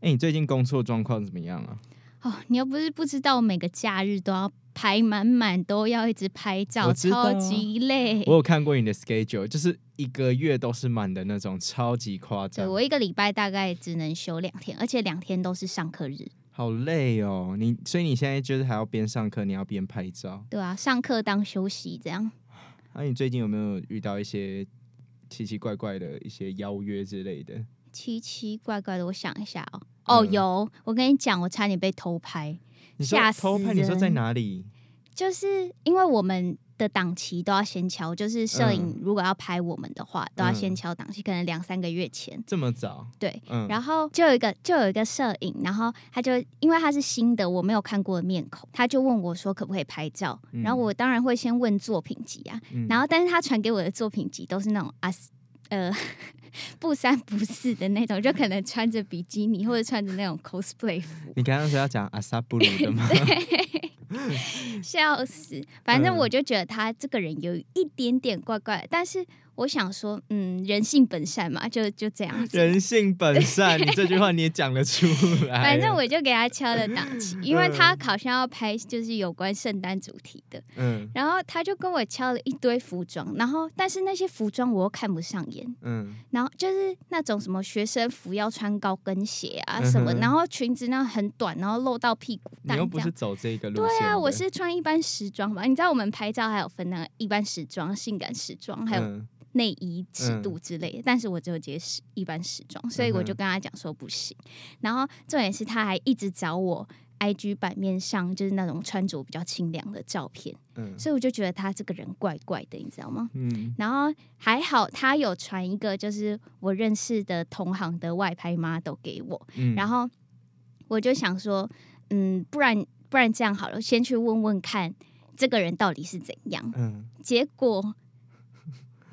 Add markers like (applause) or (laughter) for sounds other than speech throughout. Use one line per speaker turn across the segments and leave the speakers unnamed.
哎、你最近工作状况怎么样啊？
哦，你又不是不知道，我每个假日都要排满满，都要一直拍照，
我知道啊
超级累
我。有看过你的 schedule，就是一个月都是满的那种，超级夸
对
张，
我一个礼拜大概只能休两天，而且两天都是上课日。
好累哦。你所以你现在就是还要边上课，你要边拍照。
对啊，上课当休息这样。
那、你最近有没有遇到一些奇奇怪怪的一些邀约之类的？
奇奇怪怪的，我想一下哦。哦，
嗯
有，我跟你讲，我差点被偷拍，
你说
吓死
偷拍？你说在
人
哪里？
就是因为我们的档期都要先敲，就是摄影如果要拍我们的话，都要先
嗯
敲档期，可能两三个月前。
这么早？
对，
嗯，
然后就有一个就有一个摄影，然后他就因为他是新的，我没有看过的面孔，他就问我说可不可以拍照，
嗯
然后我当然会先问作品集啊，
嗯
然后但是他传给我的作品集都是那种啊 (laughs) 呃不三不四的那种，就可能穿着比基尼或者穿着那种 cosplay 服，
你刚刚是要讲阿萨布鲁的吗？
笑死！反正
嗯
我就觉得他这个人有一点点怪怪的，但是我想说，嗯，人性本善嘛，就就这样子。
人性本善，你这句话你也讲得出来。
反正我就给他敲了档
嗯
期，因为他好像要拍就是有关圣诞主题的，
嗯
然后他就跟我敲了一堆服装，然后但是那些服装我又看不上眼，
嗯，
然后就是那种什么学生服要穿高跟鞋啊什么，
嗯哼
然后裙子那很短，然后露到屁股
你
蛋
又
这
不是
样。
走这个路
对
线的。
啊，我是穿一般时装吧。你知道我们拍照还有分那个一般时装、性感时装，还有
嗯
内衣尺度之类的。但是我只有接时一般时装，所以我就跟他讲说不行。然后重点是他还一直找我 IG 版面上就是那种穿着比较清凉的照片，
嗯
所以我就觉得他这个人怪怪的，你知道吗？
嗯，
然后还好，他有传一个就是我认识的同行的外拍 model 给我，
嗯
然后我就想说，嗯，不然不然这样好了，先去问问看这个人到底是怎样。
嗯
结果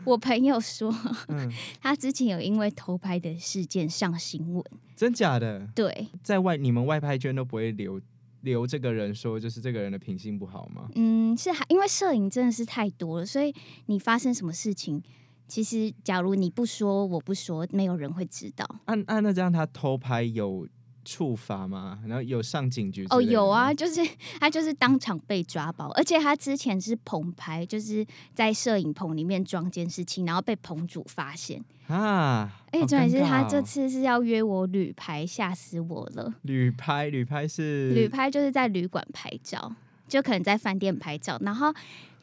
我朋友说，
嗯，
他之前有因为偷拍的事件上新闻，
真假的，
对，
在外你们外拍圈都不会留留这个人说，就是这个人的品性不好吗？
嗯，是还因为摄影真的是太多了，所以你发生什么事情，其实假如你不说，我不说，没有人会知道。
按按啊那这样，他偷拍有处罚吗？然后有上警局？
哦，有啊，，就是他就是当场被抓包，而且他之前是棚拍，就是在摄影棚里面装监视器，然后被棚主发现。
啊，好
而且哎重点是
尴尬
他这
哦
次是要约我旅拍，吓死我了！
旅拍，旅拍是
旅拍就是在旅馆拍照，就可能在饭店拍照，然后。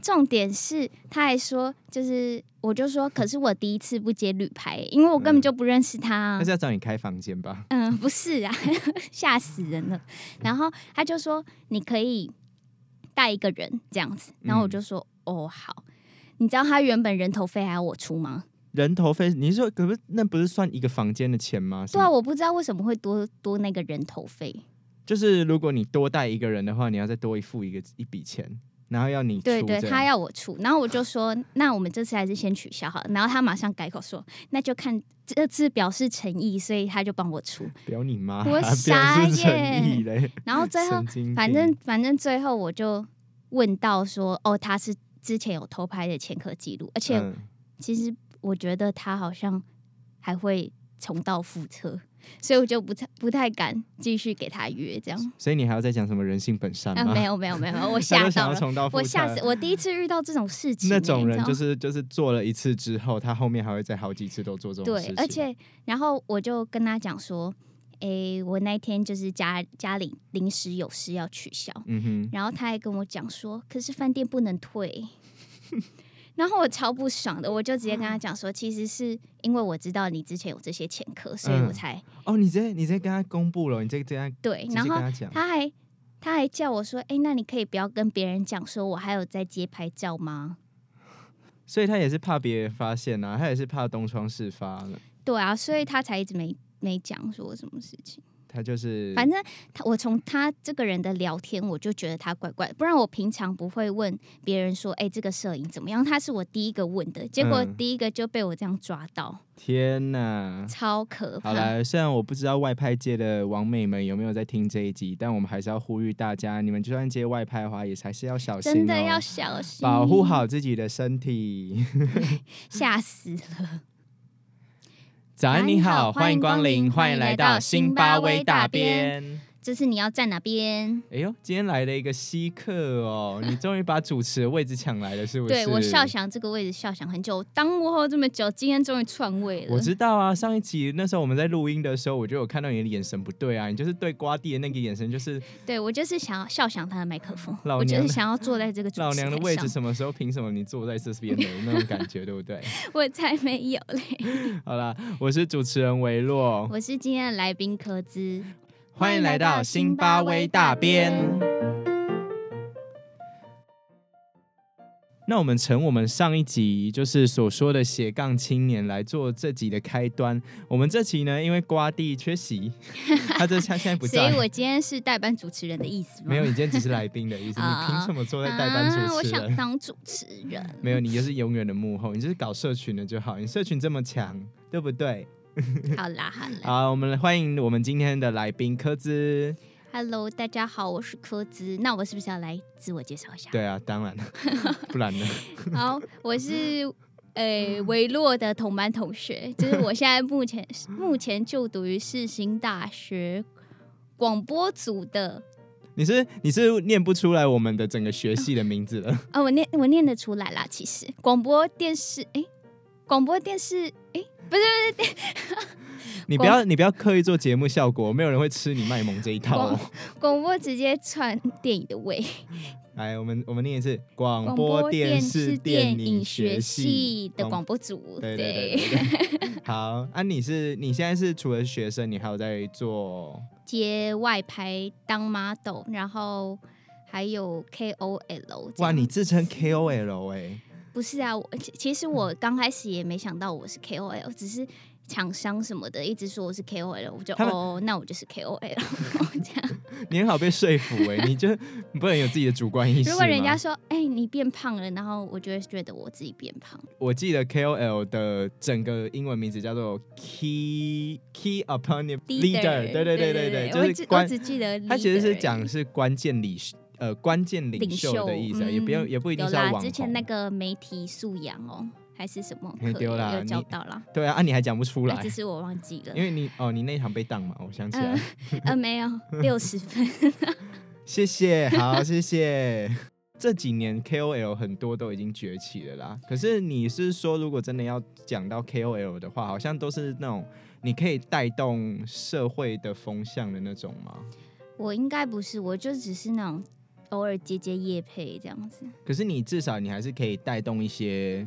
重点是，他还说，就是我就说，可是我第一次不接旅拍，欸因为我根本
嗯
就不认识他、啊
他是要找你开房间吧？
嗯，不是啊， (laughs) 吓死人了。然后他就说你可以带一个人这样子，然
嗯
后我就说、哦好。你知道他原本人头费还要我出吗？
人头费，你是说可不那不是算一个房间的钱吗？
对啊，，我不知道为什么会多多那个人头费。
就是如果你多带一个人的话，你要再多一付一个一笔钱，然后要你出
对对，
这样
他要我出，然后我就说那我们这次还是先取消好了。然后他马上改口说那就看这次表示诚意，所以他就帮我出。
表你 (laughs) 妈，
我
表
傻
示诚意
眼
嘞。
然后最后
神经病
(laughs) 反正反正最后我就问到说哦他是之前有偷拍的前科记录，而且
嗯
其实我觉得他好像还会重蹈覆辙，所以我就不太不太敢继续给他约这样。
所以你还要再讲什么人性本善
啊，
吗？
没有没有没有，没有
(laughs)
我
他
吓
都想
到
要
了，
重蹈覆
我
辙
吓死，我第一次遇到这种事情欸，
那种
你知
人
道
就
吗
是就是做了一次之后，他后面还会再好几次都做这种事
对
情。，
而且然后我就跟他讲说，诶、我那天就是家家里临时有事要取消，
嗯哼，
然后他还跟我讲说，可是饭店不能退。 (laughs) 然后我超不爽的，我就直接
嗯
跟他讲说，其实是因为我知道你之前有这些前科，所以我
嗯
才
哦，你直接你直接跟他公布了，你直接跟他
对
直，接
然
跟
后
他讲，
他还他还叫我说：“哎、那你可以不要跟别人讲说我还有在街拍照吗
所以他也是怕别人发现啊，他也是怕东窗事发了，？”
对啊，所
嗯
以他才一直没没讲说什么事情。
他就是
反正他我从他这个人的聊天，我就觉得他怪怪的，不然我平常不会问别人说：“哎、这个摄影怎么样？”他是我第一个问的，结果
嗯
第一个就被我这样抓到，
天哪！
超
好
可怕。
啦，虽然我不知道外派界的王美们有没有在听这一集，但我们还是要呼吁大家，你们就算接外派的话，也是还是要小心、哦，
真的要小心，
保护，好自己的身体。
吓死了！
(laughs) 早安，你好，欢迎光临，欢迎来到
辛
辛
巴
巴
威
威
大
大
边
边。
这次你要站哪边？
哎呦，今天来了一个稀客哦，你终于把主持的位置抢来了，是不是？
对我笑想这个位置笑想很久，当幕后这么久，今天终于篡位了。
我知道啊，上一集那时候我们在录音的时候，我就有看到你的眼神不对啊，你就是对瓜地的那个眼神，就是
对我就是想要笑想他的麦克风，
老
我就
娘
是
的
想要坐在这个主
老
持
娘的
台
位 (laughs)
上
置，什么时候凭什么你坐在这边的那种感觉，对不对？
我才没有嘞。
好啦，我是主持人维洛，
我是今天的来宾科兹，
欢迎来到辛巴威大边。那我们乘我们上一集就是所说的斜杠青年来做这集的开端。我们这期呢，因为瓜地缺 (laughs) 席，他这他现在不
所以
在，
我今天是代班主持人的意思吗？
没有，你今天只是来宾的 (laughs) 意思。
哦
你凭什么坐在代班
啊，
主
我
持
想
人？
当主持人。
(laughs) 没有，你就是永远的幕后，你就是搞社群的就好。你社群这么强，对不对？
(laughs) 好啦好啦
好，我们 (laughs) 来欢迎我们今天的来宾科兹。
，Hello，大家好，我是科兹。那我是不是要来自我介绍一下？
对啊，当然， (laughs) 不然呢？
好，我是呃维洛的同班同学，就是我现在目前 (laughs) 目前就读于世新大学广播组的。
你是你是念不出来我们的整个学系的名字
(laughs)
了。
啊，我念我念得出来啦，其实广播电视，哎，广播电视，哎，不是
你不要你不要刻意做节目效果，没有人会吃你卖萌这一套、哦。
广播直接串电影的位，
(laughs) 来，我们我们念一次：广
广
播
电
电视
电
电
影
影
学
学
系
系
的广。播组，
对对对对对。
(laughs)
好，啊，你是你现在是除了学生，你还有在做
接外拍当 model，然后还有 KOL。
哇？你自称 KOL 哎、
不是啊？我其其实我刚开始也没想到我是 KOL，只是厂商什么的一直说我是 KOL，我就
他们
哦，那我就是
(laughs)
KOL 这样。
你很好被说服哎、你就你不能有自己的主观意识吗。
如果人家说哎、你变胖了，然后我就会觉得我自己变胖。
我记得 KOL 的整个英文名字叫做 Key Key Opinion Leader，对对对
对
对，
我
就是
只我
关，
只记得 leader 而已。
它其实是讲是关键领呃关键领
领
袖的意思啊，也不用
嗯
也不一定
有
是要
啦，
网
之前那
红。
个媒体素养哦，还是什么
嘿
课
丢啦
有教
你
到啦，
对啊，啊你还讲不出
那
来
只，是我忘记了
因。为你哦你那场被当嘛，我想起来
嗯
了，
呃，没有六十分， (laughs)
谢谢，好谢谢。 (laughs) 这几年 KOL 很多都已经崛起了啦，可是你是说，如果真的要讲到 KOL 的话，好像都是那种你可以带动社会的风向的那种吗？
我应该不是，我就只是那种偶尔接接夜配这样子。
可是你至少你还是可以带动一些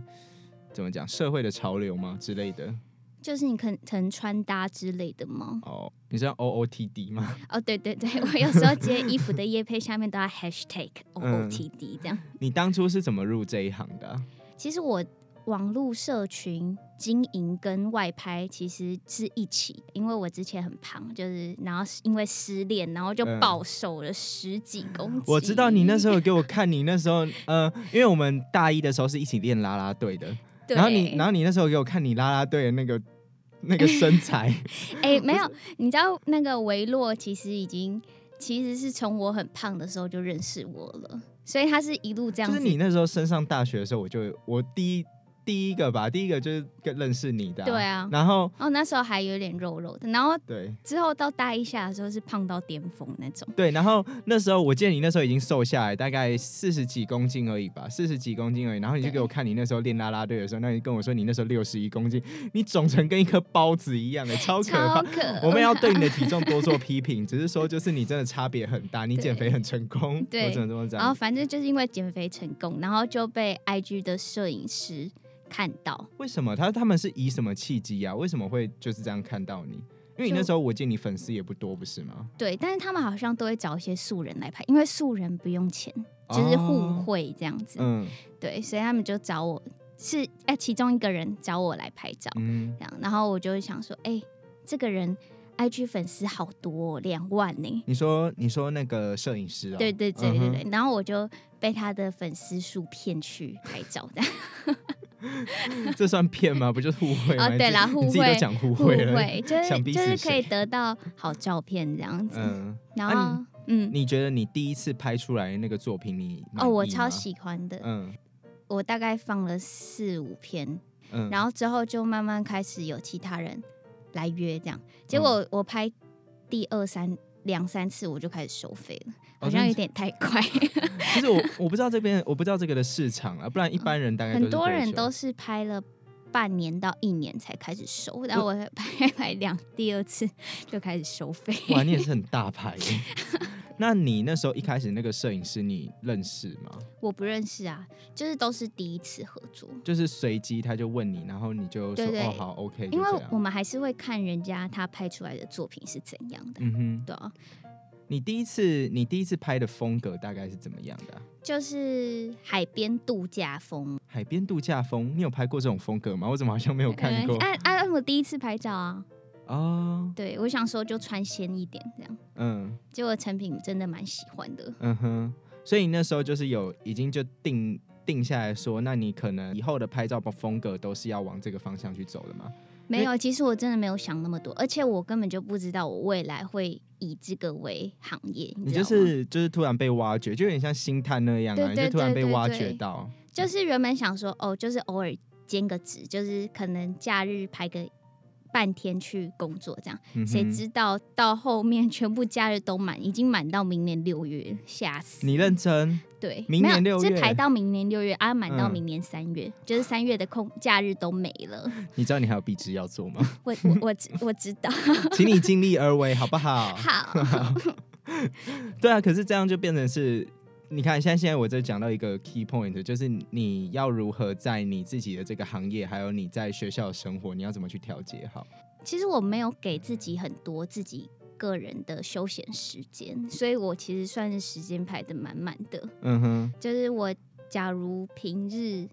怎么讲社会的潮流吗之类的？
就是你可能可能穿搭之类的吗？
哦，你知道 O O T D 吗？ (laughs)
哦，对对对，我有时候接衣服的夜配下面都要 hashtag
(laughs) 嗯
OOTD 这样。
你当初是怎么入这一行的啊、
其实我网络社群经营跟外拍其实是一起，因为我之前很胖，就是然后因为失恋，然后就
嗯
暴瘦了十几公斤。
我知道你那时候有给我看你那时候，呃，因为我们大一的时候是一起练啦啦队的，
对，
然后你，然后你那时候给我看你啦啦队的
(laughs)
那个那个身材，
哎、没有，你知道那个维洛其实已经其实是从我很胖的时候就认识我了，所以他是一路这样
就
子。
是你那时候升上大学的时候，我就我第一第一个吧，第一个就是跟认识你的、
对啊
然后
哦，那时候还有点肉肉的，然后
对。
之后到大一下的时候是胖到巅峰那种。
对，然后那时候我记得你那时候已经瘦下来大概四十几公斤而已吧，四十几公斤而已。然后你就给我看你那时候练啦啦队的时候，那你跟我说你那时候六十一公斤，你肿成跟一颗包子一样哎、超可
超
怕。
可
我们要对你的体重多做批评，只是说就是你真的差别很大，你减肥很成功，
对
我只能这么
然后
讲。
反正就是因为减肥成功，然后就被 IG 的摄影师看到。
为什么他他们是以什么契机啊？为什么会就是这样看到你？因为你
就
那时候我见你粉丝也不多，不是吗？
对，但是他们好像都会找一些素人来拍，因为素人不用钱，就是互
哦
惠这样子。
嗯
对，所以他们就找我，是哎、其中一个人找我来拍照。
嗯，
这样，然后我就想说，哎、这个人 IG 粉丝好多、哦，两万呢、
你说你说那个摄影师啊、
对对对
嗯
对
哼
对，然后我就被他的粉丝数骗去拍照，这样
嗯这算骗
(laughs)
吗？不就是互惠吗？
哦对啦
你自己你自己
互惠
都讲互
互
惠
(laughs)
了。
惠就是
想逼
就
死
是
谁
可以得到好照片这样子。
嗯，
然后、
啊
嗯，
你觉得你第一次拍出来那个作品你，满
哦，
意
我
吗
超。喜欢的，
嗯
我大概放了四五篇，
嗯，
然后之后就慢慢开始有其他人来约这样。
嗯
结果我拍第二三两三次我就开始收费了，
哦
好像有点太快。
其实我我不知道这边，我不知道这个的市场啊，不然一般人 (laughs) 大概都是
很多人
久
都是拍了半年到一年才开始收，但我拍拍两第二次 (laughs) 就开始收费。
哇，你也是很大牌耶。 (laughs) 那你那时候一开始那个摄影师你认识吗？
我不认识啊，就是都是第一次合作，
就是随机他就问你，然后你就说
对对
哦好 OK，就
因为
这样
我们还是会看人家他拍出来的作品是怎样的，
嗯哼，
对啊，
你第一次你第一次拍的风格大概是怎么样的啊、
就是海边度假风。
海边度假风，你有拍过这种风格吗？我怎么好像没有看过
嗯按按、我第一次拍照啊，
哦，
对我想说就穿鲜一点这样，
嗯
结果成品真的蛮喜欢的。
嗯哼，所以你那时候就是有已经就定定下来说，那你可能以后的拍照风格都是要往这个方向去走的吗？
没有，其实我真的没有想那么多，而且我根本就不知道我未来会以这个为行业，你
你
知道
就
吗？
是就是突然被挖掘，就有点像星探那样啊，
对对
你就突然被
对对
挖
对
掘到，
就是原本想说，哦，就是偶尔兼个职，就是可能假日排个半天去工作这样。
嗯哼
谁知道到后面全部假日都满，已经满到明年六月，吓死！
你认真，
对，
明年
没有
6月
是排到明年六月啊，满到
嗯
明年三月，就是三月的空假日都没了。
你知道你还有壁纸要做吗？ (laughs)
我我我知我知道， (laughs)
请你尽力而为，好不好？
好，
对啊，可是这样就变成是，你看，现在现在我这讲到一个 key point，就是你要如何在你自己的这个行业，还有你在学校的生活，你要怎么去调节好？
其实我没有给自己很多自己个人的休闲时间，所以我其实算是时间排的满满的。
嗯哼，
就是我假如平日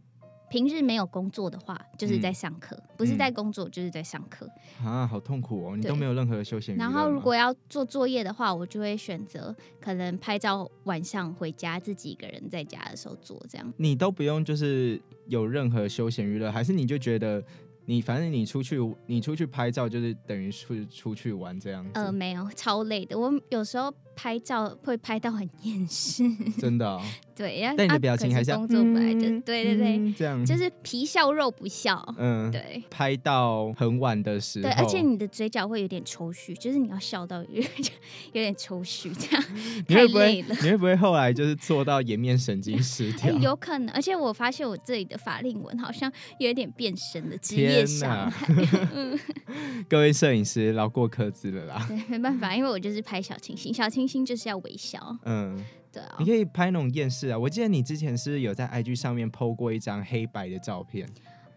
平日没有工作的话，就是
嗯
在上课，不是在工作就是在上课。
啊，好痛苦哦，你
对
都没有任何的休闲娱乐
然
吗。
后如果要做作业的话，我就会选择可能拍照晚上回家自己一个人在家的时候做这样。
你都不用就是有任何休闲娱乐，还是你就觉得你反正你出去你出去拍照就是等于出出去玩这样子，
呃，没有，超累的。我有时候拍照会拍到很厌世， (laughs)
真的、哦。
对，然后
但你的
啊
表
可
情还是要
工作本来就、
嗯
对对对，
嗯这样
就是皮笑肉不笑，
嗯，
对。
拍到很晚的时候，
对，而且你的嘴角会有点抽搐，就是你要笑到有 (laughs) 点有点抽搐，
(laughs)
这样
你
太
会不会
累了。
你会不会后来就是做到颜面神经失
哎
调？
有可能，而且我发现我这里的法令纹好像有一点变深了，职业
(laughs) 天 (laughs)
伤
哪
害。！嗯
各位摄影师饶过柯子了啦。
对，没办法，因为我就是拍小清新，小清新就是要微笑。
嗯，
对啊
你，可以拍那种厌世啊！我记得你之前是有在 IG 上面 PO 过一张黑白的照片，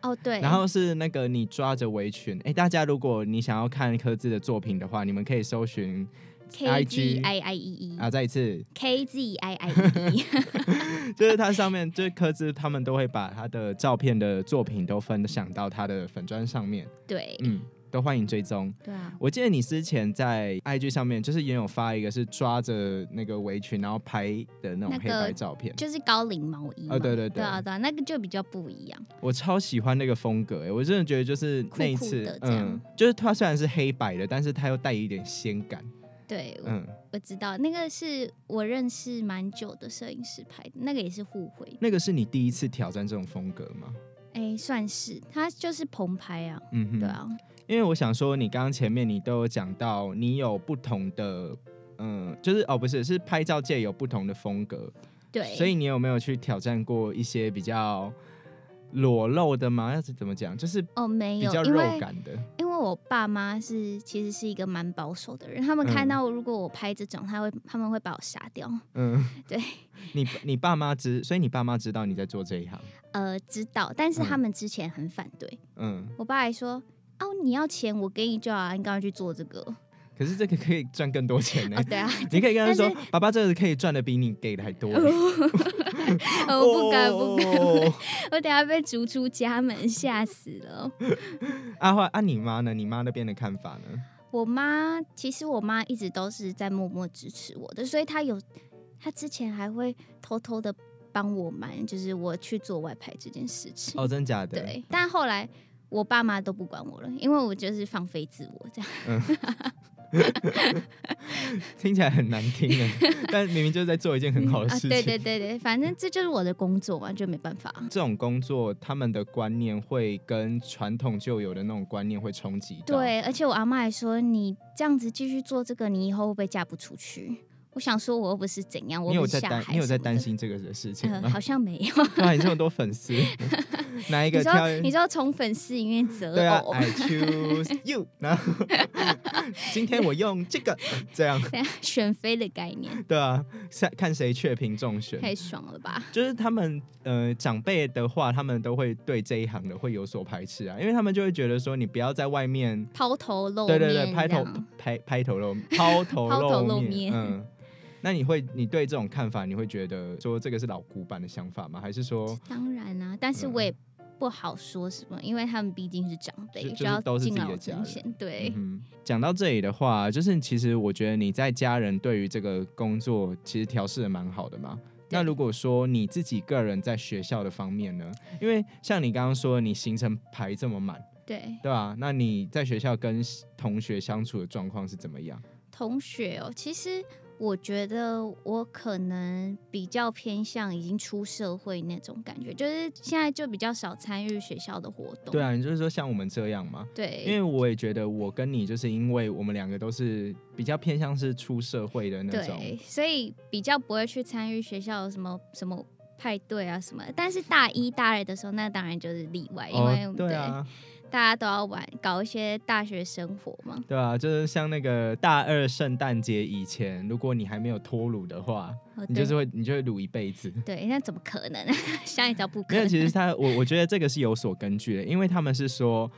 哦对，
然后是那个你抓着围裙。哎，大家如果你想要看柯子的作品的话，你们可以搜寻
K Z
IG
I I E E
啊，再一次，
K Z I I E
(laughs)
E，
就是它上面就是柯子他们都会把他的照片的作品都分享到他的粉砖上面，
对
嗯，都欢迎追踪。
对啊，
我记得你之前在 IG 上面，就是也有发一个是抓着那个围裙，然后拍的那种
那个
黑白照片。
就是高领毛衣嘛。
哦对对对
对啊对啊，那个就比较不一样。
我超喜欢那个风格、欸，我真的觉得就是
酷
那一
酷
次，
的这样
嗯，就是它虽然是黑白的，但是它又带一点仙感，
对，我
嗯，
我知道那个是我认识蛮久的摄影师拍的，那个也是互惠，
那个是你第一次挑战这种风格吗？
哎，算是他就是棚拍啊，
嗯哼，
对啊，
因为我想说，你刚刚前面你都有讲到，你有不同的，嗯，就是哦，不是，是拍照界有不同的风格，
对，
所以你有没有去挑战过一些比较裸露的吗？要是怎么讲，就是
哦没
比
有
较，
因
肉
为
感的，
因为我爸妈是其实是一个蛮保守的人，他
嗯
们看到如果我拍这种，他会他们会把我杀掉，
嗯， (laughs)
对。
你你爸妈知，所以你爸妈知道你在做这一行，
呃，知道，但是
嗯
他们之前很反对，
嗯。
我爸还说。哦，你要钱，我给你就好啊，你赶快去做这个。
可是这个可以赚更多 (laughs) 钱呢、
哦，对啊， (laughs)
你可以跟他说
但：“
爸爸，这个可以赚的比你给的还
(laughs)
多。
呃我不敢，不敢，不敢
哦
(laughs) 我等下被逐出家门，吓死了。
啊，后来啊，你妈呢？你妈那边的看法呢？
我妈其实我妈一直都是在默默支持我的，所以她有她之前还会偷偷的帮我瞒，就是我去做外拍这件事情。
哦，真假的？
对，但后来我爸妈都不管我了，因为我就是放飞自我这样。
听起来很难听的， (laughs) 但明明哦就是在做一件很好的
啊
事，情。
对对对对，反正这就是我的工作嘛，就没办法。
这种工作，他们的观念会跟传统旧有的那种观念会冲击到。，
对，而且我阿妈还说，你这样子继续做这个，你以后会不会嫁不出去？我想说，我又不是怎样，我
你
又
有
不是
在
下
担
海，
你有在
什么的
担？心这个的事情 (laughs)
呃，
吗？
好像没有。
哇，你这么多粉丝，哪一
你
个挑？
说你哦说从粉丝里面择
对啊
偶，
，I choose
(laughs)
you，然后今天我用这个，这样
对啊选妃的概念，
对啊，看看谁确评中选。
太爽了吧？
就是他们呃长辈的话，他们都会对这一行的会有所排斥啊，因为他们就会觉觉得说你不要在外面，
抛头露
对
面，
对对，拍头拍拍头露
(laughs)
抛头
抛头露
面，
面
嗯。那你会，你对这种看法，你会觉得说这个是老古板的想法吗？还是说
当然啊，但是我也不好说什么，因为他们毕竟是长辈，
就就是
要
都是
敬
自己
老
的家
尊
人
贤。对，
嗯哼，讲到这里的话，就是其实我觉得你在家人对于这个工作其实调试的蛮好的嘛。
对
那如果说你自己个人在学校的方面呢，因为像你刚刚说你行程排这么满，
对，
对啊，那你在学校跟同学相处的状况是怎么样？
同学哦，其实我觉得我可能比较偏向已经出社会那种感觉，就是现在就比较少参与学校的活动。
对啊，你就是说像我们这样嘛？
对，
因为我也觉得我跟你就是因为我们两个都是比较偏向是出社会的那
对
种，，
所以比较不会去参与学校什么什么派对啊什么的。但是大一大二的时候，那当然就是例外，因为、
哦，对啊，
对大家都要玩，搞一些大学生活嘛。
对啊，就是像那个大二圣诞节以前，如果你还没有脱乳的话，
哦、
你
对
就是会你就会乳一辈
(laughs)
子。
对，那怎么可能？ (laughs) 想也知道不可
没有，
能。
其实他我我觉得这个是有所根据的，因为他们是说，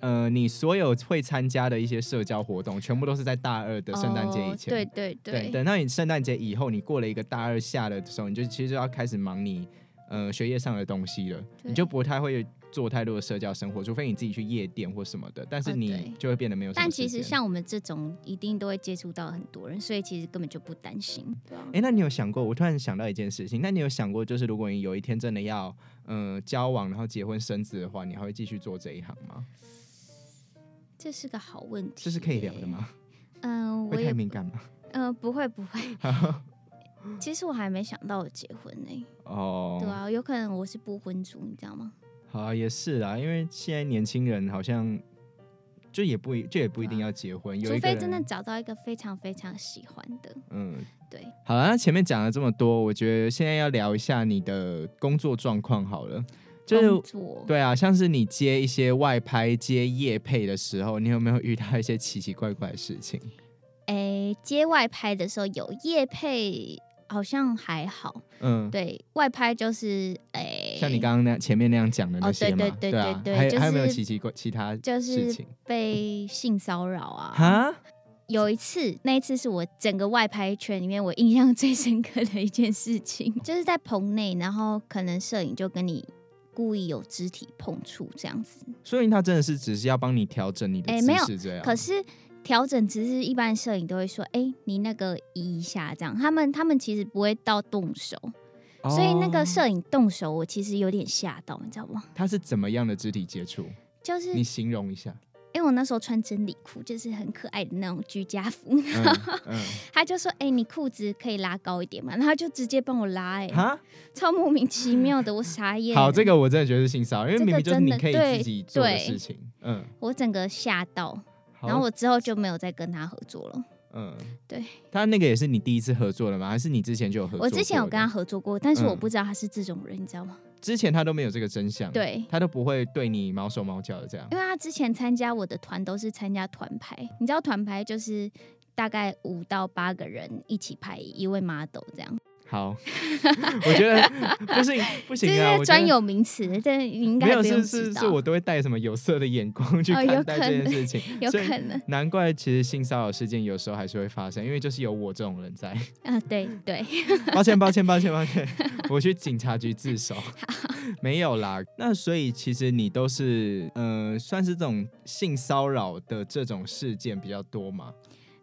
呃，你所有会参加的一些社交活动，全部都是在大二的圣诞节以前。
哦、对对对
等到你圣诞节以后，你过了一个大二下了的时候，你就其实就要开始忙你呃学业上的东西了，
对
你就不太会做太多的社交生活，除非你自己去夜店或什么的，但是
哦
你
对
就会变得没有什么
但
时间。
其实像我们这种，一定都会接触到很多人，所以其实根本就不担心。对啊
哎、那你有想过？我突然想到一件事情，那你有想过，就是如果你有一天真的要嗯、呃交往，然后结婚生子的话，你还会继续做这一行吗？
这是个好问题。
这是可以聊的？吗？
嗯、我
会太
也
敏感吗？
嗯、不会不
(laughs)
会。其实我还没想到我结婚呢、
哦，
(laughs) 对啊，有可能我是不婚族，你知道吗？
好啊、也是啦，因为现在年轻人好像就也不就也不一定要结婚，有
啊除
一个
非真的
人
找到一个非常非常喜欢的，
嗯，
对，
好了，那前面讲了这么多，我觉得现在要聊一下你的工作状况好了。就
工
是
作
对啊，像是你接一些外拍、接业配的时候，你有没有遇到一些奇奇怪怪的事情？
诶，接外拍的时候有业配，好像还好，
嗯，
对外拍就是诶，
像你刚刚那前面那样讲的那些嘛，
哦对对对
啊，
对对
还有、
就是
还有没有奇奇怪其他
就
事
是
情？
被性骚扰啊，
哈，
有一次，那一次是我整个外拍圈里面我印象最深刻的一件事情， (laughs) 就是在棚内，然后可能摄影就跟你。故意有肢体碰触这样子，
所以他真的是只是要帮你调整你的
哎
姿
没有
势这样。
可是调整只是一般摄影都会说，哎、你那个移一下这样。他们他们其实不会到动手，
哦
所以那个摄影动手，我其实有点吓到，你知道吗？
他是怎么样的肢体接触？
就是
你形容一下。
因为我那时候穿真理裤，就是很可爱的那种居家
(laughs)
服， (laughs)
嗯嗯，
他就说，哎、你裤子可以拉高一点嘛，然后他就直接帮我拉、哎，
哈，
超莫名其妙的，我傻眼。
好，这个我真的觉得是性骚扰，因为
这个
明明就是
真
你
的
可以
对
自己做的
对
事情。嗯，
我整个吓到，
好
然后我之后就没有再跟他合作了。
嗯，
对，
他那个也是你第一次合作的吗？还是你之前就有合作？
我之前有跟他，合作过，但是我
嗯
不知道他是这种人，你知道吗？
之前他都没有这个真相，，
对，
他都不会对你毛手毛脚的这样
因。为他之前参加我的团都是参加团拍，你知道团拍就是大概五到八个人一起拍一位 model 这样，
好，我觉得不行不
这
行啊，我觉
是
得
专有名词，但你应
没
该
有
不用
是是
知
是
道
我，都会带什么有色的眼光去
哦有
看待
可
这件
能
事情，
有
所以
可能
难怪其实性骚扰事件有时候还是会发生，因为就是有我这种人在。
啊，对对， (laughs)
(laughs) 抱歉，抱歉，抱歉，抱歉，我去警察局自首。没有啦，那所以其实你都是呃，算是这种性骚扰的这种事件比较多嘛？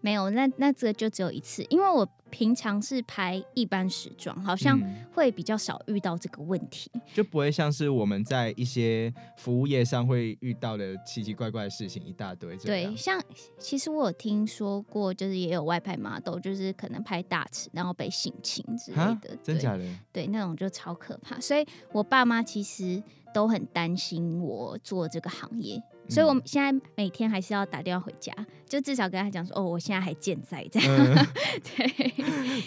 没有，那那这个就只有一次，因为我平常是拍一般时装，好像
嗯
会比较少遇到这个问题。
就不会像是我们在一些服务业上会遇到的奇奇怪怪的事情一大堆这样。
对，像其实我有听说过，就是也有外拍 model，就是可能拍大尺，然后被性侵之类
哈
的，
真
对
假的？
对，那种就超可怕。所以我爸妈其实都很担心我做这个行业，所以我
嗯
现在每天还是要打电话回家，就至少跟他讲说，哦，我现在还健在，这样。 (laughs)
嗯，
对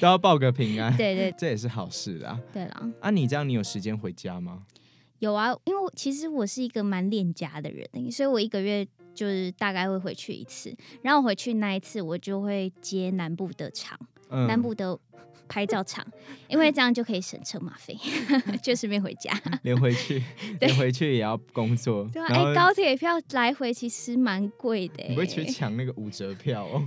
都要报个平安，
对对
这也是好事啦。
对啦，
啊，你这样你有时间回家吗？
有啊，因为我其实我是一个蛮恋家的人，欸所以我一个月。就是大概会回去一次，然后回去那一次我就会接南部的场，
嗯
南部的拍照场，因为这样就可以省车马费， (laughs) 就顺便回家。
连回去，
(laughs) 对
连回去也要工作，
对啊，
嗯然
哎、
后
高铁票来回其实蛮贵的、欸，
你不会去抢那个五折票哦？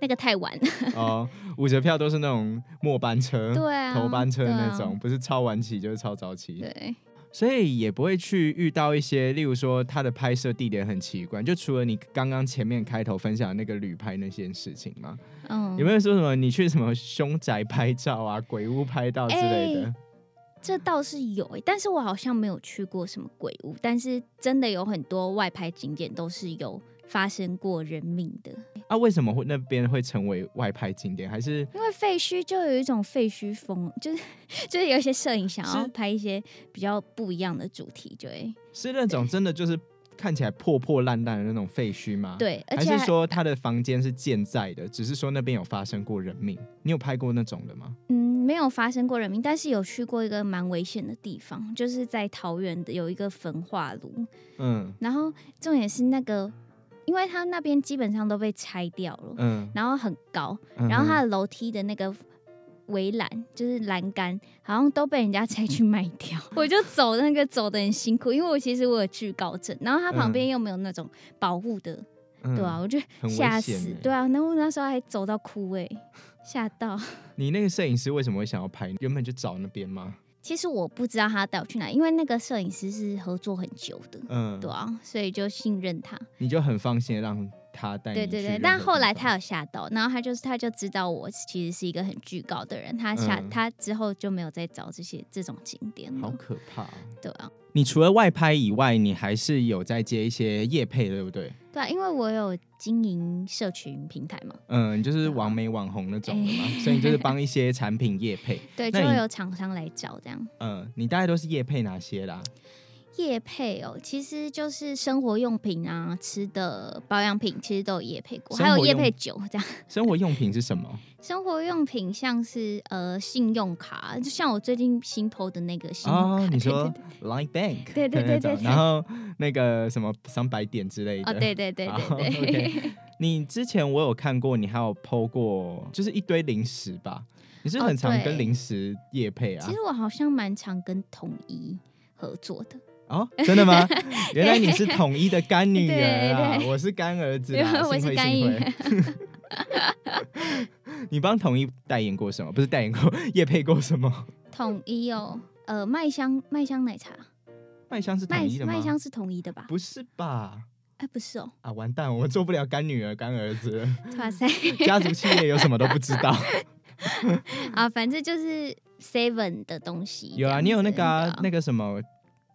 那个太晚了。
哦，五折票都是那种末班车、
(laughs) 对啊，
头班车
对啊
那种，。不是超晚起就是超早起，
对，
所以也不会去遇到一些，例如说它的拍摄地点很奇怪，就除了你刚刚前面开头分享的那个旅拍那件事情嘛，
嗯，
有没有说什么你去什么凶宅拍照啊、鬼屋拍照之类
哎
的？
这倒是有、欸，但是我好像没有去过什么鬼屋，但是真的有很多外拍景点都是有发生过人命的，
啊，为什么会那边会成为外拍景点？还是
因为废墟就有一种废墟风，就是 (laughs) 就是有一些摄影想要
是
拍一些比较不一样的主题，就会
是那种真的就是看起来破破烂烂的那种废墟吗？，
对，
啊
而
还
且
是说他的房间是健在的，只是说那边有发生过人命？你有拍过那种的吗？
嗯，没有发生过人命，但是有去过一个蛮危险的地方，就是在桃园的有一个焚化炉，
嗯
然后重点是那个，因为它那边基本上都被拆掉了，
嗯，
然后很高，
嗯
然后它
哼
的楼梯的那个围栏就是栏杆，好像都被人家拆去卖掉。
嗯
我就走那个走的很辛苦，因为我其实我有惧高症，然后它旁边又没有那种保护的，
嗯
对啊，我就
很危
吓
险
死
欸，
对啊，然后我那时候还走到哭哎、吓到。
你那个摄影师为什么会想要拍？原本就找那边吗？
其实我不知道他带我去哪，因为那个摄影师是合作很久的，
嗯，
对啊，所以就信任他。
你就很放心地让他带你
对
去
对
任
对
何，
但后来
地
他
方
有吓到，然后他就是他就知道我其实是一个很惧高的人，他吓、
嗯
他之后就没有再找这些这种景点
好
了，
可怕哦、
对啊，
你除了外拍以外，你还是有在接一些业配，对不对？
对啊，因为我有经营社群平台嘛，
嗯，
啊
就是网美网红那种的嘛，
哎
所以你
(laughs)
就是帮一些产品业配。
对，就
那
会
你
有厂商来找这样。
嗯，你大概都是业配哪些啦？
夜配哦，其实就是生活用品啊、吃的、保养品，其实都有夜配过，还
生
有
活
夜
用
配酒这样。 (laughs)
生活用品是什么？
生活用品像是呃信用卡，就像我最近新 PO 的那个信用卡，
哦，你
对
说 Line Bank，
对对
的那
对
种
对对
然后那个什么三百点之类的。
哦，对
(laughs)
对对对
好
对 (laughs)
OK 你之前我有看过，你还有 PO 过，就是一堆零食吧？你是不是
哦
很常
对
跟零食业配啊
其？实我好像蛮常跟统一合作的，
哦，真的
(laughs)
吗？原来你是统一的干女儿啊
对，对
我是干儿子
对
啦，
(laughs) 我
幸
是
会
干
幸
女
会。 (laughs) 你帮统一代言过什么？不是代言过， (laughs) 也配过什么？
统一哦，呃，麦香麦香奶茶，
麦香是统
麦
一的吗？
麦香是统一的吧？
不是吧？
哎，
(laughs)
不是哦，
啊，完蛋，我做不了干女儿、干儿子 (laughs) 了，
哇塞
家族企业有什么都不知
(laughs)
道。
啊，反正就是 Seven 的东西这样子。
有啊，你有那个啊、
对
那个什么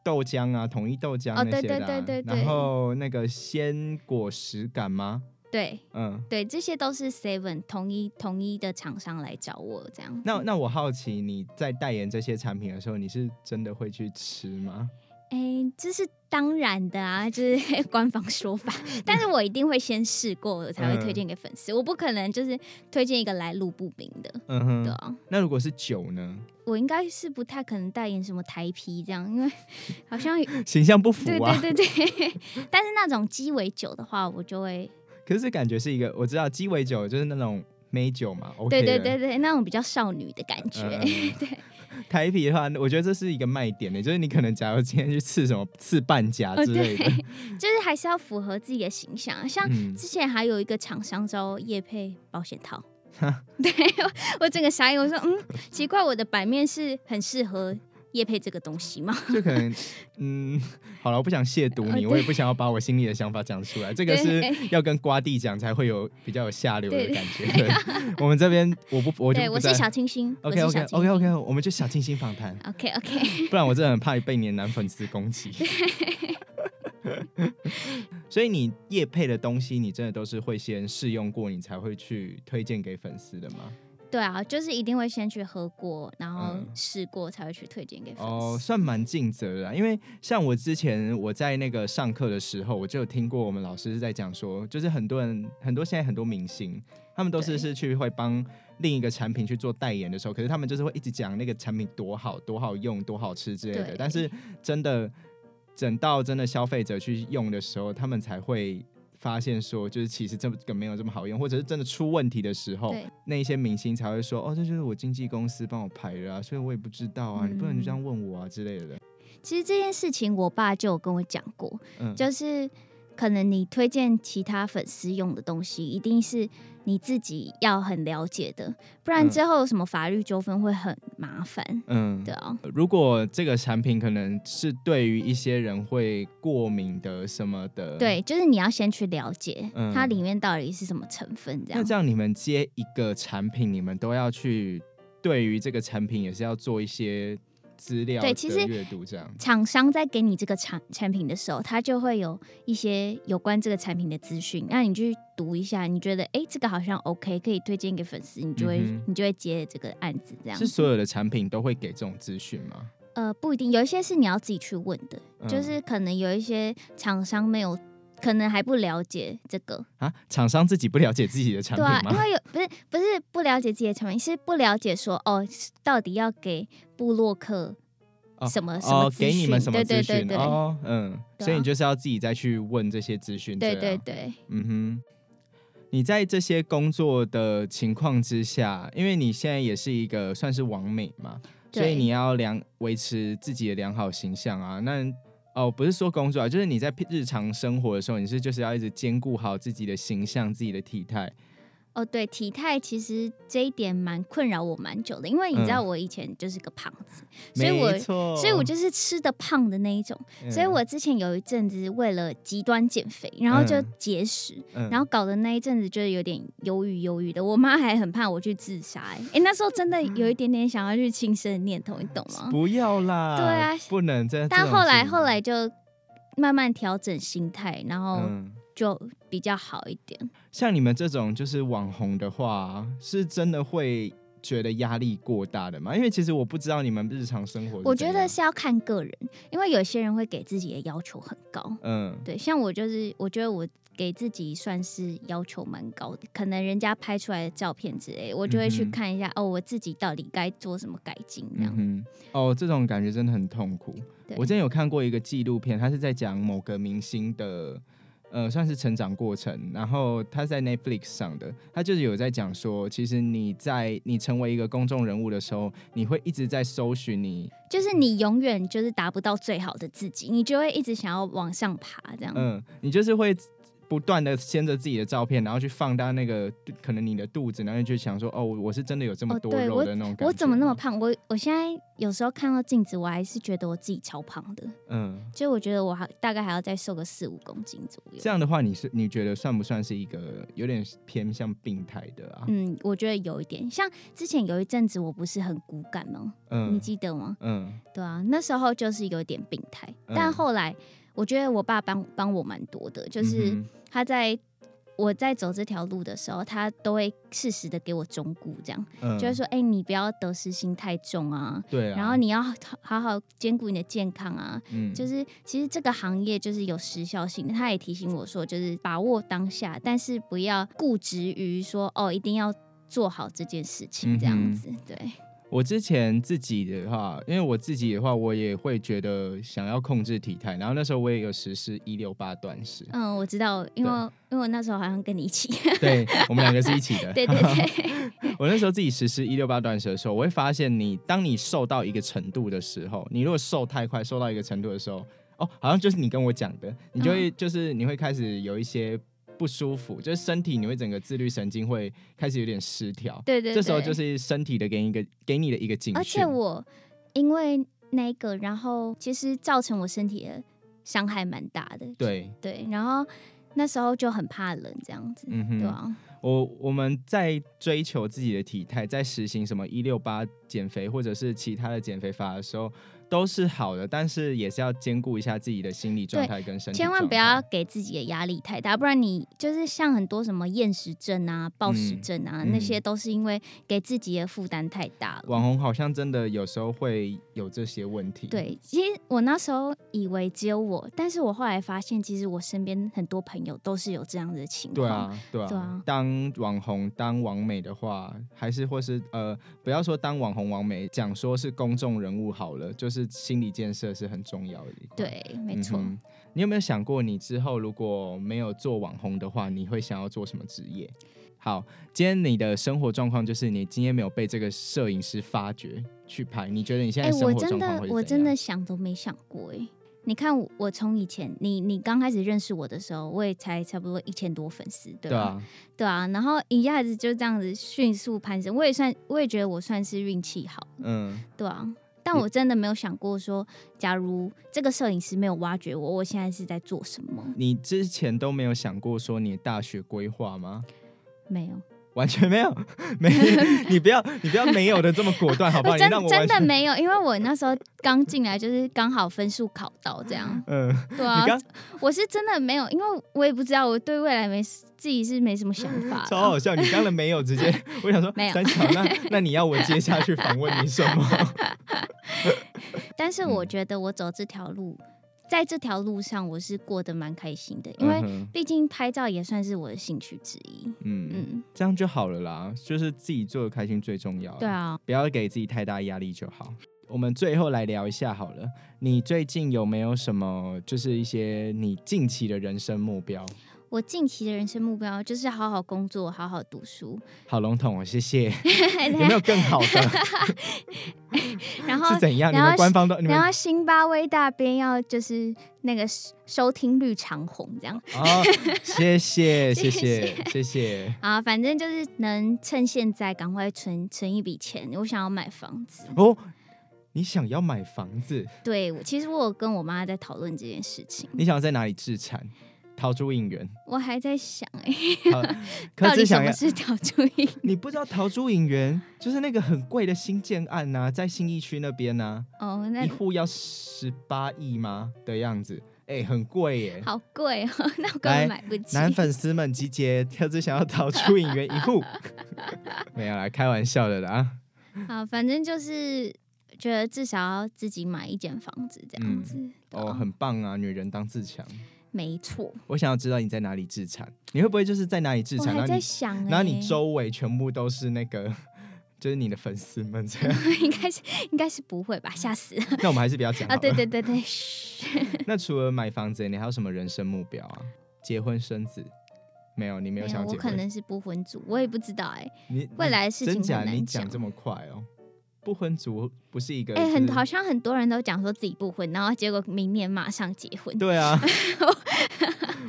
豆浆啊，统一豆浆
哦
那些的、啊
对对对对对
然后那个鲜果实感吗？
对
嗯，
对，这些都是 Seven 统一统一的厂商来找我这样。
那那我好奇，你在代言这些产品的时候，你是真的会去吃吗？
哎，这是当然的
(laughs)
啊，就是官方说法。但是我一定会先试过，我才
嗯
会推荐给粉丝。我不可能就是推荐一个来路不明的，
嗯
对
哼，
啊。
那如果是酒呢？
我应该是不太可能代言什么台啤这样，
(laughs)
因为好像
形象不符
对
啊。
对对对。 (laughs) 但是那种鸡尾酒的话，我就会
可是感觉是一个，我知道鸡尾酒就是那种美酒嘛，OK
对
的
对对对，那种比较少女的感觉。
嗯
(laughs)
对。台啤的话，我觉得这是一个卖点的，就是你可能假如今天去刺什么刺半甲
哦
之类的，
(laughs) 就是还是要符合自己的形象啊。像
嗯
之前还有一个厂商找我叶配保险
(laughs)
套，对我我整个傻眼，我说嗯，奇怪，我的版面是很适合叶配这个东西吗？
就可能，嗯，好了，我不想亵渎你，我也不想要把我心里的想法讲出来，这个是要跟瓜地讲才会有比较有下流的感觉。对， (laughs) 我们这边我不，我就
对我是小清新
，OK
我是
OK
小清
OK OK，我们就小清新访谈，
OK OK，
不然我真的很怕被你的男粉丝攻击。所以你夜配的东西，你真的都是会先试用过，你才会去推荐给粉丝的吗？
(laughs) 对啊，就是一定会先去喝过，然后
嗯
试过才会去推荐给粉丝。
哦，算蛮尽责的啦。因为像我之前我在那个上课的时候，我就有听过我们老师是在讲说，就是很多人很多现在很多明星，他们都是
对
是去会帮另一个产品去做代言的时候，可是他们就是会一直讲那个产品多好、多好用、多好吃之类的
对，
但是真的等到真的消费者去用的时候，他们才会。发现说，就是其实这个没有这么好用，或者是真的出问题的时候
对，
那一些明星才会说，哦，这就是我经纪公司帮我排的啊，所以我也不知道啊，你不能就这
嗯
样问我啊之类的。
其实这件事情，我爸就有跟我讲过，
嗯，
就是可能你推荐其他粉丝用的东西，一定是你自己要很了解的，不然
嗯
之后有什么法律纠纷会很麻烦。
嗯
对，啊，
如果这个产品可能是对于一些人会过敏的什么的，，
对，就是你要先去了解
嗯
它里面到底是什么成分，这
那
样
这样你们接一个产品，你们都要去对于这个产品也是要做一些资料
对其实
的阅读，这样。
厂商在给你这个产产品的时候，它就会有一些有关这个产品的资讯，那你去读一下，你觉得诶这个好像 OK，可以推荐给粉丝，你就会、
嗯哼
你就会接这个案子这样
是。所有的产品都会给这种资讯吗？
呃，不一定，有一些是你要自己去问的，
嗯
就是可能有一些厂商没有，可能还不了解这个，
啊，厂商自己不了解自己的产
对
品
啊，因
吗？
为有不是不是不了解自己的产品，是不了解说哦，到底要给部落客
哦
什么、呃什么
哦，
资
给你们
讯
什么资
对对
讯？
对对、
哦，嗯，
对啊
所以你就是要自己再去问这些资讯，
对
这样
对对，
嗯哼，你在这些工作的情况之下，因为你现在也是一个算是网美嘛，
对
所以你要良维持自己的良好形象啊。那哦，不是说工作啊，就是你在日常生活的时候，你是就是要一直兼顾好自己的形象、自己的体态。
哦对，体态其实这一点蛮困扰我蛮久的，因为你知道我以前就是个胖子，所以我
嗯没错，
所以我就是吃的胖的那一种，
嗯，
所以我之前有一阵子为了极端减肥，然后就
嗯
节食，
嗯，
然后搞的那一阵子就是有点忧郁忧郁的，我妈还很怕我去自杀、欸，哎、那时候真的有一点点想要去轻生的念头，你懂吗？
嗯不要啦，
对啊
不能这样。
但后来后
这
来就慢慢调整心态，然
种事
后
情，嗯。
就比较好一点。
像你们这种就是网红的话，是真的会觉得压力过大的吗？因为其实我不知道你们日常生活是怎样，
我觉得是要看个人，因为有些人会给自己的要求很高，
嗯
对，像我就是我觉得我。给自己算是要求蛮高的，可能人家拍出来的照片之类，我就会
嗯
去
哼
看一下、哦，我自己到底该做什么改进这样。
嗯哼，哦，这种感觉真的很痛苦。
对
我之前有看过一个纪录片，它是在讲某个明星的。呃，算是成长过程，然后他在 Netflix 上的，他就是有在讲说，其实你在你成为一个公众人物的时候，你会一直在搜寻你
就是你永远就是达不到最好的自己，你就会一直想要往上爬，这样。
嗯，你就是会不断的掀着自己的照片，然后去放大那个可能你的肚子，然后你就想说，哦，我是真的有这么
哦
多
对
肉的那种感觉、哦
我怎么那么？胖？我我现在有时候看到镜子，我还是觉得我自己超胖的，
嗯，
就我觉得我还大概还要再瘦个四五公斤左右
这。样的话，你是你觉得算不算是一个有点偏向病态的啊？
嗯，我觉得有一点像之前有一阵子我不是很骨感吗？你
嗯
记得吗？
嗯
对啊，那时候就是有点病态，
嗯
但后来我觉得我爸帮帮我蛮多的，就是
嗯
他在我在走这条路的时候，他都会适时的给我忠告，这样。
哼嗯
就是说，哎、你不要得失心太重啊，
对啊，
然后你要好好好兼顾你的健康啊。
嗯
就是其实这个行业就是有时效性的，他也提醒我说，就是把握当下，但是不要固执于说哦，一定要做好这件事情
嗯
这样子。对，，
我之前自己的话，因为我自己的话，我也会觉得想要控制体态，然后那时候我也有实施一六八断食
嗯，我知道，因
啊
为因为我那时候好像跟你
(laughs)
一起，
对我们两个是一起的，
(laughs) 对
(laughs)
对对，
我那时候自己实施一六八断食的时候，我会发现你，当你瘦到一个程度的时候，你如果瘦太快，瘦到一个程度的时候，哦，好像就是你跟我讲的，你就
嗯
会、就是你会开始有一些不舒服，就是身体你会整个自律神经会开始有点失调，
对对对，
这时候就是身体的给你一个给你的一个警讯，
而且我因为那一个，然后其实造成我身体的伤害蛮大的。
对，
对，然后那时候就很怕冷，这样子，
嗯
对
哼，
啊，
我我们在追求自己的体态，在实行什么一六八减肥或者是其他的减肥法的时候，都是好的，但是也是要兼顾一下自己的心理状态跟身体
千万
状
不要
态
给自己的压力太大，不然你就是像很多什么厌食症啊、暴食
嗯
症啊，
嗯
那些都是因为给自己的负担太大了。
网红好像真的有时候会有这些问题。，
对，其实我那时候以为只有我，但是我后来发现，其实我身边很多朋友都是有这样的情
对
况。
啊，对啊，
对啊
当网红、当网美的话，还是或是呃，不要说当网红、网美，讲说是公众人物好了，就是心理建设是很重要的一块。
对，没错。
嗯哼你有没有想过，你之后如果没有做网红的话，你会想要做什么职业？好，今天你的生活状况就是你今天没有被这个摄影师发掘去拍，你觉得你现在
哎、
生
我
活状
真
况
的
会是
我
怎
真的
样？
想都没想过哎、你看我，我从以前你你刚开始认识我的时候，我也才差不多一千多粉丝，对
对
吧？
啊，
对啊，然后一下子就这样子迅速攀升，我也算，我也觉得我算是运气好，
嗯，
对啊。但
你
我真的没有想过说，假如这个摄影师没有挖掘我，我现在是在做什么？
你之前都没有想过说你的大学规划吗？
没有，
完全没有，没， (laughs) 你不要，你不要没有的这么果断，好不好？
我
你
真
让我
真
完
的
全，，
没有，因为我那时候刚进来就是刚好分数考到这样
(laughs) 嗯，
对啊
你刚，
我是真的没有，因为我也不知道我对未来没自己是没什么想法
超
的。
好笑，你刚才没有直
(laughs)
接，我想说，
没有
三巧，那那你要我接下去访问你什么？
但是我
嗯
觉得我走这条路，在这条路上我是过得蛮开心 (laughs) 的，因为
嗯哼
毕竟拍照也算是我的兴趣之一。
嗯
嗯，
这样就好了啦，就是自己做的开心最重要。
对，啊，
不要给自己太大压力就好。我们最后来聊一下好了，你最近有没有什么就是一些你近期的人生目标？
我近期的人生目标就是好好工作，好好读
(laughs)
书，
好笼统哦，谢
(laughs)
谢。 (laughs) 有没有更好的？
然后
是怎样？你
然后
们官方都你们
然后辛巴威大边要就是那个收收听率长红这样
哦，谢谢谢
(laughs) 谢
谢谢谢。
啊，反正就是能趁现在赶快存存一笔钱，我想要买房子。
(laughs) 哦，你想要买房子？
对，我其实我有跟我妈在讨论这件事情，
你想要在哪里置产？桃竹影园，
我还在想哎、 (laughs)
好
到
可
底
是
什
想
么
要
是挑注
(laughs)
意？
你不知道桃珠影园就是那个很贵的新建案呐、在新义区那边呐、
哦，那
一户要十八亿吗的样子？哎、很贵耶！
好贵哦， (laughs) 那我根本
来
买不起。
男粉丝们集结，特只想要桃珠影园一
(laughs)
户，没有啦，开玩笑的啦。
啊，反正就是觉得至少要自己买一间房子这样
嗯
子。对
哦，
啊
很棒啊，女人当自强。
没错，
我想要知道你在哪里自产，你会不会就是在哪里自
我
产，然
还
后
在
你
想、欸，
然后你
(laughs)
周围全部都是那个， (laughs) 就是你的粉丝们这样？
应该是应该是不会吧？
(laughs)
吓死了
那我们还是不要讲好
啊！
了
对对
(laughs)
对对，嘘，
那除了买房子，你还有什么人生目标啊？结婚生子？没有，你没有想要
我
结
可
婚。
能是不婚族，我也不知道哎、
你
未来的事情
真假？
很难
你讲这么快哦？不婚族不是一个
哎、
就是
很好像很多人都讲说自己不婚，然后结果明年马上结婚。
对啊。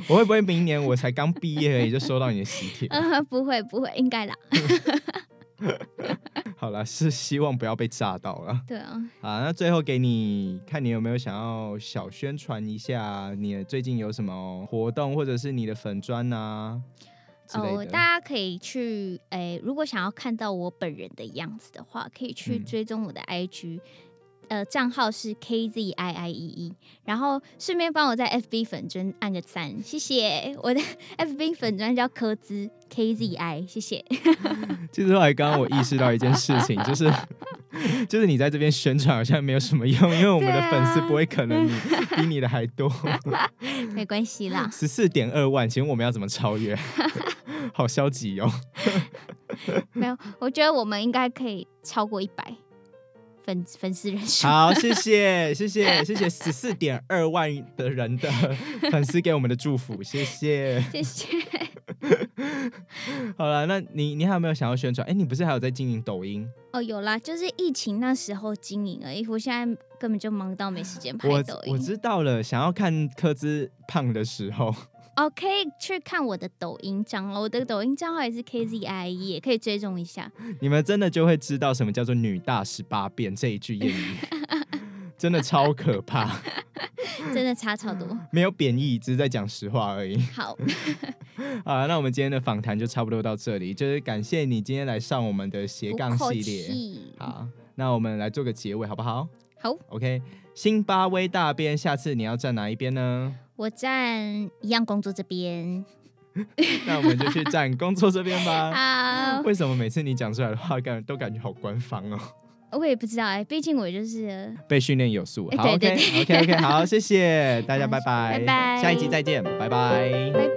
我会不会明年我才刚毕业而已就收到你的喜帖？ (laughs)
呃， (laughs) 不会不会，应该啦。
好了，是希望不要被炸到了。
对啊，
啊，那最后给你看，你有没有想要小宣传一下你最近有什么活动，或者是你的粉砖啊之类
哦，
的？
大家可以去，哎、如果想要看到我本人的样子的话，可以去
嗯
追踪我的 IG，、呃，账号是 KZII 一一，E 然后顺便帮我在 FB 粉砖按个赞，谢谢。我的 (laughs) FB 粉砖叫科兹
嗯
KZI，谢谢。
其实后来刚刚我意识到一件事
(laughs)
情，就是就是你在这边宣传好像没有什么
(laughs)
用，因为我们的
对啊
粉丝不会可能你
啊
(laughs) 比你的还多，
没关系啦，
(laughs) 十四点二万，请问我们要怎么超越？ (laughs) 好消极
(laughs)
哦！
没有，我觉得我们应该可以超过一百粉粉丝人数。
好，谢谢谢谢谢谢十四点二万的人的粉丝给我们的祝福，谢谢。
谢谢。
好了，那你你还有没有想要宣传？哎，你不是还有在经营抖音？
哦，有啦，就是疫情那时候经营而已，我现在根本就忙到没时间拍
我
抖音。
我知道了，想要看柯兹胖的时候，
哦，可以去看我的抖音账号，我的抖音账号也是 KZIE，也 E，可以追踪一下。 (laughs)
你们真的就会知道什么叫做“女大十八变”这一句谚语。真的超可怕，嗯
真的差超多。
没有贬义，只是在讲实话而已。
好，
好啦，那我们今天的访谈就差不多到这里，就是感谢你今天来上我们的斜杠
不客
系列。
气，
好，那我们来做个结尾好不好
好，
？OK，辛巴威大边，下次你要站哪一边
(laughs)
呢？
我站一样工作这边。
那我们就去站工作这边吧。
好，
为什么每次你讲出来的话，感都感觉好官方哦？
我也不知道哎、毕竟我就是
被训练有素。
哎
好
对对
，OK，OK，OK，好，谢谢大家，
好
拜拜，
拜拜
下一集再见，拜拜
拜拜。